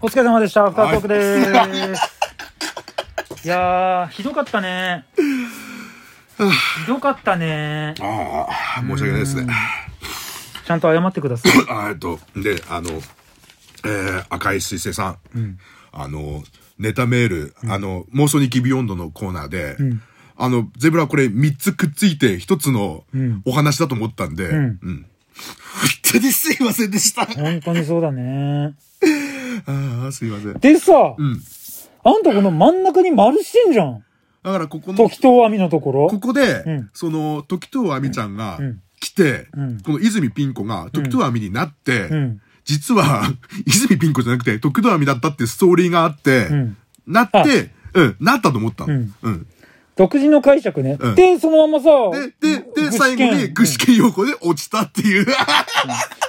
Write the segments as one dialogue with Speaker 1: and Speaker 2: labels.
Speaker 1: お疲れ様でした。アフタートークでーす。いやー、ひどかった ね。ひどかったね。
Speaker 2: ああ、申し訳ないですね。
Speaker 1: ちゃんと謝ってください。
Speaker 2: あえっと、で、あの、えー、赤井水星さん。あの、ネタメール、あの、妄想にきび温度のコーナーで、あの、ゼブラこれ3つくっついて1つのお話だと思ったんで、うん。本当にすいませんでした。
Speaker 1: 本当にそうだね。
Speaker 2: ああ、すいません。だ
Speaker 1: でさ、
Speaker 2: ん
Speaker 1: あんたこの真ん中に丸してんじゃん。
Speaker 2: からここの、
Speaker 1: 時と網のところ。
Speaker 2: ここで、
Speaker 1: ん
Speaker 2: その、時とあみちゃんが
Speaker 1: ん
Speaker 2: 来て、
Speaker 1: ん
Speaker 2: この泉ピン子が時とあみになって、
Speaker 1: ん
Speaker 2: 実は、 泉ピン子じゃなくて時とあみだったっていうストーリーがあって、
Speaker 1: ん
Speaker 2: なって、うん、なったと思ったの。
Speaker 1: ん
Speaker 2: うん。
Speaker 1: 独自の解釈ね。
Speaker 2: うん
Speaker 1: で、そのままさ、
Speaker 2: で、で、で、
Speaker 1: 具志堅
Speaker 2: 最後に、
Speaker 1: うん
Speaker 2: 具志堅用語で落ちたっていう。
Speaker 1: い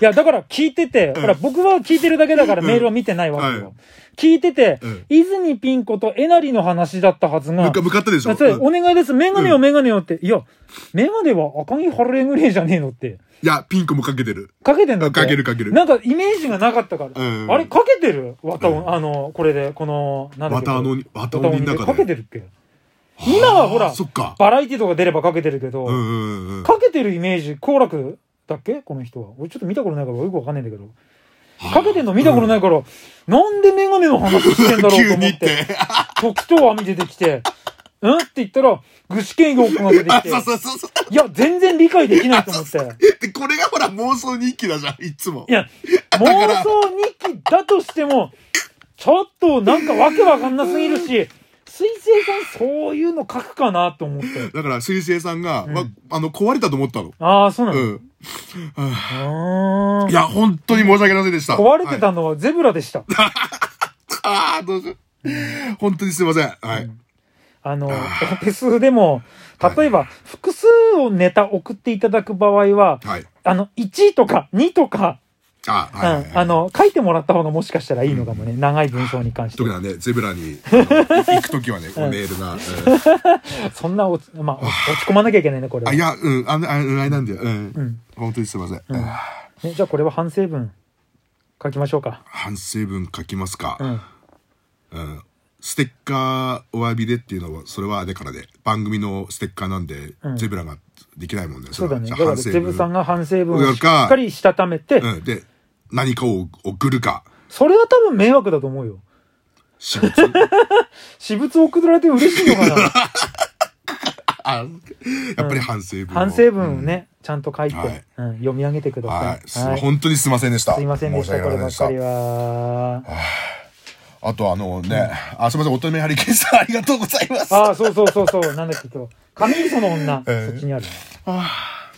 Speaker 1: や、だから聞いてて、ほら、僕は聞いてるだけだからメールは見てないわけよ。聞いてて、
Speaker 2: うん
Speaker 1: 泉ピン子とえなりの話だったはずが
Speaker 2: 向か、向かったでしょ。
Speaker 1: だって
Speaker 2: うん
Speaker 1: お願いです、メガネよメガネよって、いや、メガネは赤木ハレグレーじゃねえのって、
Speaker 2: いや、ピン子もかけてる。
Speaker 1: かけてんだって。
Speaker 2: かけるかける
Speaker 1: なんかイメージがなかったから。
Speaker 2: うん
Speaker 1: あれ、かけてるわた、
Speaker 2: うん
Speaker 1: あの、これで、この、なんだっ
Speaker 2: ま
Speaker 1: け
Speaker 2: たあの、またあの
Speaker 1: わたおに
Speaker 2: 中で。
Speaker 1: かけてるっけ今はほ
Speaker 2: あ
Speaker 1: ら
Speaker 2: ー、そっか。
Speaker 1: バラエティとか出ればかけてるけど、
Speaker 2: うんうんうん。
Speaker 1: かけてるイメージ、好楽だっけこの人は。俺ちょっと見たことないからよくわかんないんだけど。かけてんの見たことないから、なんでメガネの話してんだろうと思っ、
Speaker 2: 急にって
Speaker 1: 時と網出てきて、うんって言ったら、具志堅用子が出てき
Speaker 2: あ、
Speaker 1: て、
Speaker 2: そうそうそうそう。
Speaker 1: いや、全然理解できないと思って。
Speaker 2: で、これがほら、妄想日記だじゃん、いつも。
Speaker 1: いや、妄想日記だとしても、ちょっとなんかわけわかんなすぎるし、水星さんそういうの書くかなと思って。
Speaker 2: だから、水星さんが、ま、あの、壊れたと思ったの。
Speaker 1: ああ、そうな
Speaker 2: う
Speaker 1: の。
Speaker 2: ん。
Speaker 1: あー
Speaker 2: いや、本当に申し訳ありませんでした。
Speaker 1: 壊れて
Speaker 2: はい
Speaker 1: たのはゼブラで した。
Speaker 2: ああ、どうしよう。本当にすいません。はい。
Speaker 1: あの、オペスでも、例えば、複数をネタ送っていただく場合は、
Speaker 2: はい。
Speaker 1: あの、1とか2とか、
Speaker 2: あ
Speaker 1: う
Speaker 2: ー
Speaker 1: ん
Speaker 2: はいはいはい。
Speaker 1: あの、書いてもらった方がもしかしたらいいのかもね。長い文章に関して
Speaker 2: 特。にはね、ゼブラに、 あの行くときはね、このメールが。うん
Speaker 1: そんなお、まあ、お落ち込まなきゃいけないね、これは。
Speaker 2: あ、いや、うん、あの、あのあれなんだよ。うんん。本当にすいません。
Speaker 1: ね、じゃあこれは反省文書きましょうか。
Speaker 2: 反省文書きます
Speaker 1: う
Speaker 2: か。
Speaker 1: ん。
Speaker 2: うん。ステッカーお詫びでっていうのは、それはあれからで、番組のステッカーなんで、ゼブラができないもんね。
Speaker 1: そうだね。
Speaker 2: じゃ
Speaker 1: だ
Speaker 2: あ
Speaker 1: から、
Speaker 2: 反省
Speaker 1: ゼブさん
Speaker 2: 文。
Speaker 1: が反省文をしっかりしたためて、
Speaker 2: うん。で、何かを送るか。
Speaker 1: それは多分迷惑だと思うよ。
Speaker 2: 私 物
Speaker 1: 私物送られて嬉しいのかな
Speaker 2: あやっぱり反省文を。
Speaker 1: 反省文をね、ちゃんと書いて、
Speaker 2: はい
Speaker 1: うん、読み上げてください。
Speaker 2: はい。す本当にすいませんでした。
Speaker 1: すいませんでした、
Speaker 2: 申
Speaker 1: こ
Speaker 2: 訳
Speaker 1: れ
Speaker 2: あり
Speaker 1: ば
Speaker 2: ま
Speaker 1: っ
Speaker 2: せん
Speaker 1: か
Speaker 2: で
Speaker 1: り
Speaker 2: した
Speaker 1: は。
Speaker 2: あとあのね、あ、すいません、乙女ハリケーンさ んありがとうございます。
Speaker 1: ああ、そうそうそうそう、なんだっけ、そう。神磯の女、
Speaker 2: ええ
Speaker 1: そっちにある。い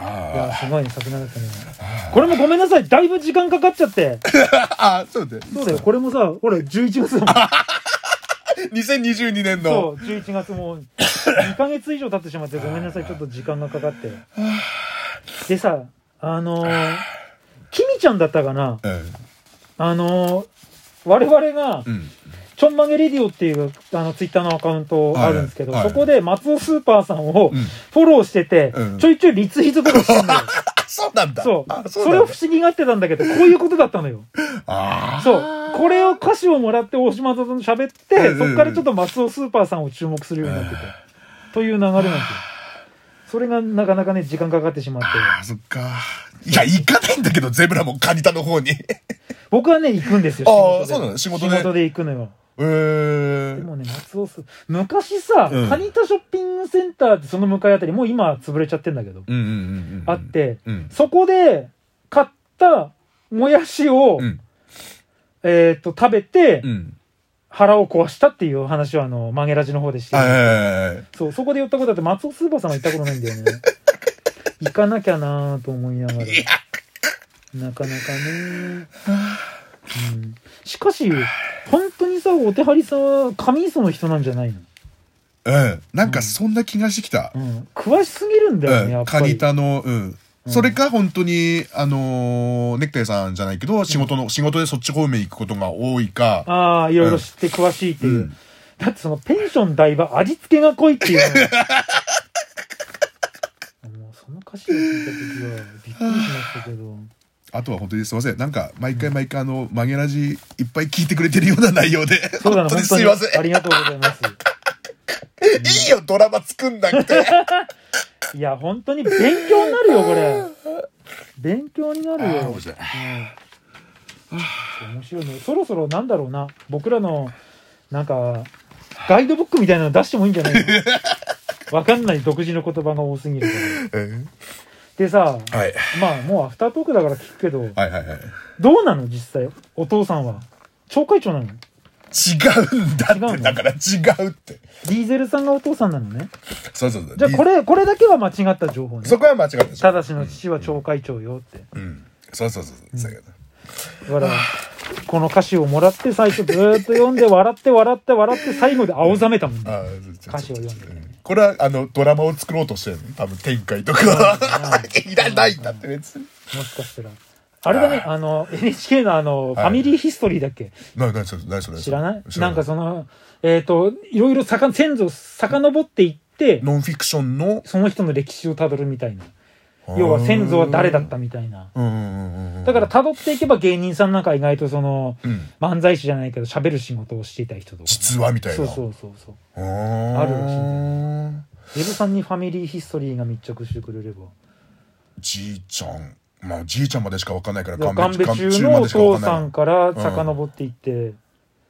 Speaker 2: あ
Speaker 1: や、すごいね、さすがだったね。これもごめんなさい、だいぶ時間かかっちゃって。
Speaker 2: ーあ、そうで。
Speaker 1: そうだよ、これもさ、俺、11月だもん。
Speaker 2: 2022年
Speaker 1: そ
Speaker 2: の
Speaker 1: う、11月もう2ヶ月以上経ってしまって、ごめんなさい、ちょっと時間がかかって。でさ、あのー、きみちゃんだったかな、
Speaker 2: うん
Speaker 1: あのー、我々が、
Speaker 2: うん
Speaker 1: ちょんまげレディオっていう、あの、ツイッターのアカウントあるんですけど、
Speaker 2: はいはい
Speaker 1: そこで松尾スーパーさんをフォローしてて、
Speaker 2: うん
Speaker 1: ちょいちょいリツイートとかしてん だよ。
Speaker 2: あそうなんだ
Speaker 1: そ
Speaker 2: あ
Speaker 1: う。
Speaker 2: そう
Speaker 1: それ
Speaker 2: なん
Speaker 1: を
Speaker 2: だ
Speaker 1: 不思議がってたんだけど、こういうことだったのよ。
Speaker 2: あ
Speaker 1: そう。これを歌詞をもらって大島さんと喋って、
Speaker 2: うんうん
Speaker 1: そこからちょっと松尾スーパーさんを注目するようになってて、という流れなんですよ。それがなかなかね、時間かかってしまって。
Speaker 2: あそっかいや行かないんだけどゼブラもカニタの方に え
Speaker 1: 僕はね、行くんですよ。
Speaker 2: あー
Speaker 1: 仕事で
Speaker 2: そうなの仕事で
Speaker 1: 仕事で行くのよ。で
Speaker 2: ー
Speaker 1: もね、松尾スー昔さ、
Speaker 2: うん
Speaker 1: カニタショッピングセンターってその向かいあたり、もう今は潰れちゃってんだけど、
Speaker 2: うんうんうんうん
Speaker 1: あって、
Speaker 2: うん
Speaker 1: そこで買ったもやしを、
Speaker 2: うん
Speaker 1: えっと、食べて、
Speaker 2: うん
Speaker 1: 腹を壊したっていう話は、あの、マゲラジの方でして。
Speaker 2: え
Speaker 1: そう、そこで言ったことだって松尾スーパーさんは行ったことないんだよ ね。行かなきゃなぁと思いながら。なかなかね、うん。しかし、本当にさ、お手張りさんは神磯の人なんじゃないの
Speaker 2: えうんなんかそんな気がしてきた
Speaker 1: うん。詳しすぎるんだよね、や
Speaker 2: う
Speaker 1: っ
Speaker 2: ん
Speaker 1: ぱ
Speaker 2: カ
Speaker 1: り。
Speaker 2: ニタのうんそれか本当にあのーネクタイさんじゃないけど仕事の仕事でそっち方面行くことが多いか
Speaker 1: ああ、いろいろ知って詳しいっていう。
Speaker 2: うん
Speaker 1: だってそのペンション代は味付けが濃いっていうの。もうその歌詞を聞いた時はびっくりしましたけど。
Speaker 2: あとは本当にすいません。なんか、毎回毎回あの、マゲラジいっぱい聞いてくれてるような内容で。
Speaker 1: そうだ
Speaker 2: 本
Speaker 1: な、
Speaker 2: 当
Speaker 1: 本
Speaker 2: に
Speaker 1: 当
Speaker 2: す
Speaker 1: に。
Speaker 2: いませ ん。
Speaker 1: ありがとうございます。
Speaker 2: いいよ、ドラマ作んな くて。
Speaker 1: いや、本当に勉強になるよ、これ。勉強になる
Speaker 2: あー
Speaker 1: よ。
Speaker 2: 面白い
Speaker 1: うん面白いね。そろそろなんだろうな。僕らの、なんか、ガイドブックみたいなの出してもいいんじゃないのわかんない独自の言葉が多すぎるから。でさ、
Speaker 2: はい。
Speaker 1: まあもうアフタートークだから聞くけど、
Speaker 2: はいはいはい。
Speaker 1: どうなの実際、お父さんは。町会長なの
Speaker 2: 違うんだ
Speaker 1: 違う
Speaker 2: っ
Speaker 1: の
Speaker 2: て、だから違うって。
Speaker 1: ディーゼルさんがお父さんなのね。
Speaker 2: そうそうそう。
Speaker 1: じゃあこれ、これだけは間違った情報ね。
Speaker 2: そこは間違ったでしょ
Speaker 1: ただしの父は町会長よって。
Speaker 2: うん。そうそうそうそう。そうやけど
Speaker 1: だから、この歌詞をもらって最初ずーっと読んで、笑って笑って笑って最後で青ざめたもんね。
Speaker 2: あーちょちょ
Speaker 1: 歌詞を読んで
Speaker 2: ちょうんこれは、あの、ドラマを作ろうとしてるの多分、展開とか
Speaker 1: う。ん
Speaker 2: いらないんだって、別に。
Speaker 1: もしかしたら。あれだね、あの、NHK のあの、フ
Speaker 2: は
Speaker 1: ァ
Speaker 2: い
Speaker 1: ミリーヒストリーだっけ
Speaker 2: な、な、それ、な、それ。
Speaker 1: 知らないなんかその、えっと、いろいろさか、先祖遡っていって、
Speaker 2: ノンフィクションの。
Speaker 1: その人の歴史をたどるみたいな。要は先祖は誰だったみたいな。
Speaker 2: うんうんうんうん。
Speaker 1: だから、辿っていけば芸人さんなんか意外とその、
Speaker 2: うん。
Speaker 1: 漫才師じゃないけど喋る仕事をしていた人とか。
Speaker 2: 実話みたいな。
Speaker 1: そうそうそうそう。
Speaker 2: うーん。
Speaker 1: あるらしいデブさんにファミリーヒストリーが密着してくれれば。
Speaker 2: じいちゃん。まあ、じいちゃんまでしかわかんないから、
Speaker 1: ガンベ中
Speaker 2: ま
Speaker 1: のお
Speaker 2: でしかわ
Speaker 1: 父
Speaker 2: かんない
Speaker 1: さんから遡っていって、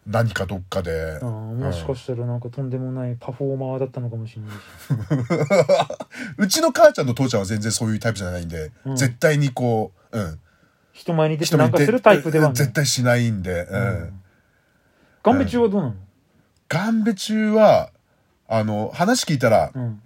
Speaker 2: 何かどっかで。
Speaker 1: うんもしかしたらなんかとんでもないパフォーマーだったのかもしれないし。
Speaker 2: うちの母ちゃんと父ちゃんは全然そういうタイプじゃないんで、
Speaker 1: うん
Speaker 2: 絶対にこう、うん。
Speaker 1: 人前に出て
Speaker 2: 人
Speaker 1: な
Speaker 2: 見
Speaker 1: ん
Speaker 2: て
Speaker 1: かするタイプではない
Speaker 2: 絶。対しないんで、うん。
Speaker 1: うんガンベ中はどうなの
Speaker 2: ガンベ中は、あの、話聞いたら、
Speaker 1: うん。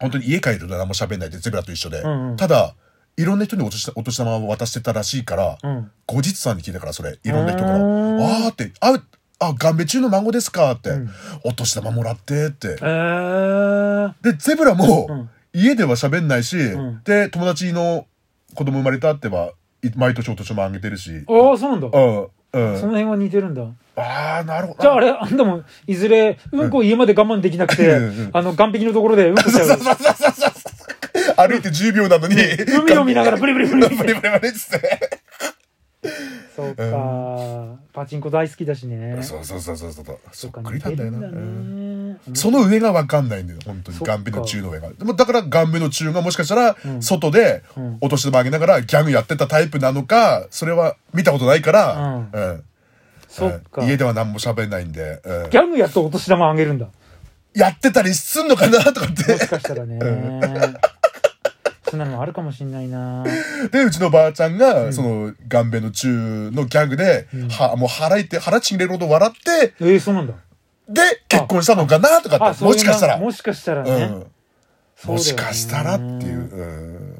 Speaker 2: 本当に家帰ると何も喋んないで、ゼブラと一緒で。
Speaker 1: うんうん
Speaker 2: ただ、いろんな人にお年お年玉を渡してたらしいから、
Speaker 1: うん。
Speaker 2: 後日さんに聞いたから、それ、いろんな人から、
Speaker 1: う
Speaker 2: あ
Speaker 1: ーん
Speaker 2: ーって、あ、あ、ガンベ中の孫ですかって、
Speaker 1: うん
Speaker 2: お年玉もらってって
Speaker 1: え。ー。
Speaker 2: で、ゼブラも、
Speaker 1: うん
Speaker 2: 家では喋んないし、
Speaker 1: ん
Speaker 2: で、友達の子供生まれたっては、い毎年お年玉あげてるし、
Speaker 1: ああ、そうなんだ。
Speaker 2: う
Speaker 1: そ
Speaker 2: ん、うん。
Speaker 1: の辺は似てるんだ。
Speaker 2: ああ、なるほど。
Speaker 1: じ ゃああれ、あんたも、いずれ、うんこを家まで我慢できなくて
Speaker 2: うんうん、
Speaker 1: あの、岸壁のところでうんこしちゃう。
Speaker 2: 歩いて10秒なのに、
Speaker 1: 海を見ながらブリブリブリブリ
Speaker 2: ブリブリブリっつって。
Speaker 1: そうか。パチンコ大好きだしね。
Speaker 2: そうそうそうそうそう。そっ
Speaker 1: か
Speaker 2: くりなんだよな。うん
Speaker 1: ね。
Speaker 2: その上がわかんないんだよ、本当に。
Speaker 1: そっ
Speaker 2: ガ
Speaker 1: か
Speaker 2: ンベの中の上が。でもだから、ガンベの中がもしかしたら
Speaker 1: う、ん
Speaker 2: 外で
Speaker 1: うん、
Speaker 2: お年玉あげながらギャグやってたタイプなのか、それは見たことないから、
Speaker 1: う
Speaker 2: うん
Speaker 1: そっか。
Speaker 2: うん家
Speaker 1: ギ
Speaker 2: では何も喋んないんで、うん
Speaker 1: ャグやっとお年玉あげる んだ。
Speaker 2: やってたりすんのかなとかっ。
Speaker 1: もしてかしたらね。そんなのもあるかもしんないな。
Speaker 2: で、うちのばあちゃんが、その、ガンベの中のギャグで、は、もう腹いって、腹ちぎれるほど笑って、
Speaker 1: ええ、そうなんだ。
Speaker 2: で、結婚したのかなとか
Speaker 1: あ、
Speaker 2: って、
Speaker 1: そう
Speaker 2: も
Speaker 1: いう
Speaker 2: し
Speaker 1: な
Speaker 2: かしたら。
Speaker 1: もしかしたら
Speaker 2: う
Speaker 1: ね。そうだ
Speaker 2: ん。
Speaker 1: よね
Speaker 2: もしかしたらっていう。。う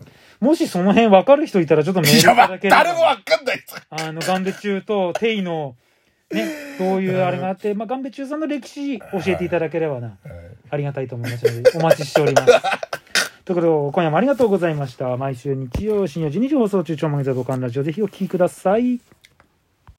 Speaker 2: ん
Speaker 1: もしその辺分かる人いたらちょっとメール
Speaker 2: い
Speaker 1: い
Speaker 2: や、
Speaker 1: た
Speaker 2: ま
Speaker 1: だけれ
Speaker 2: 誰も
Speaker 1: ば。
Speaker 2: わかんない。
Speaker 1: あの、ガンベ中とテイの、ね、どういうあれがあって、まあ、ガンベ中さんの歴史教えていただければな。ありがたいと思いますので、お待ちしており ます。ということで、今夜もありがとうございました。毎週日曜深夜12時放送中、超マゲザドカンラジオ、ぜひお聴きください。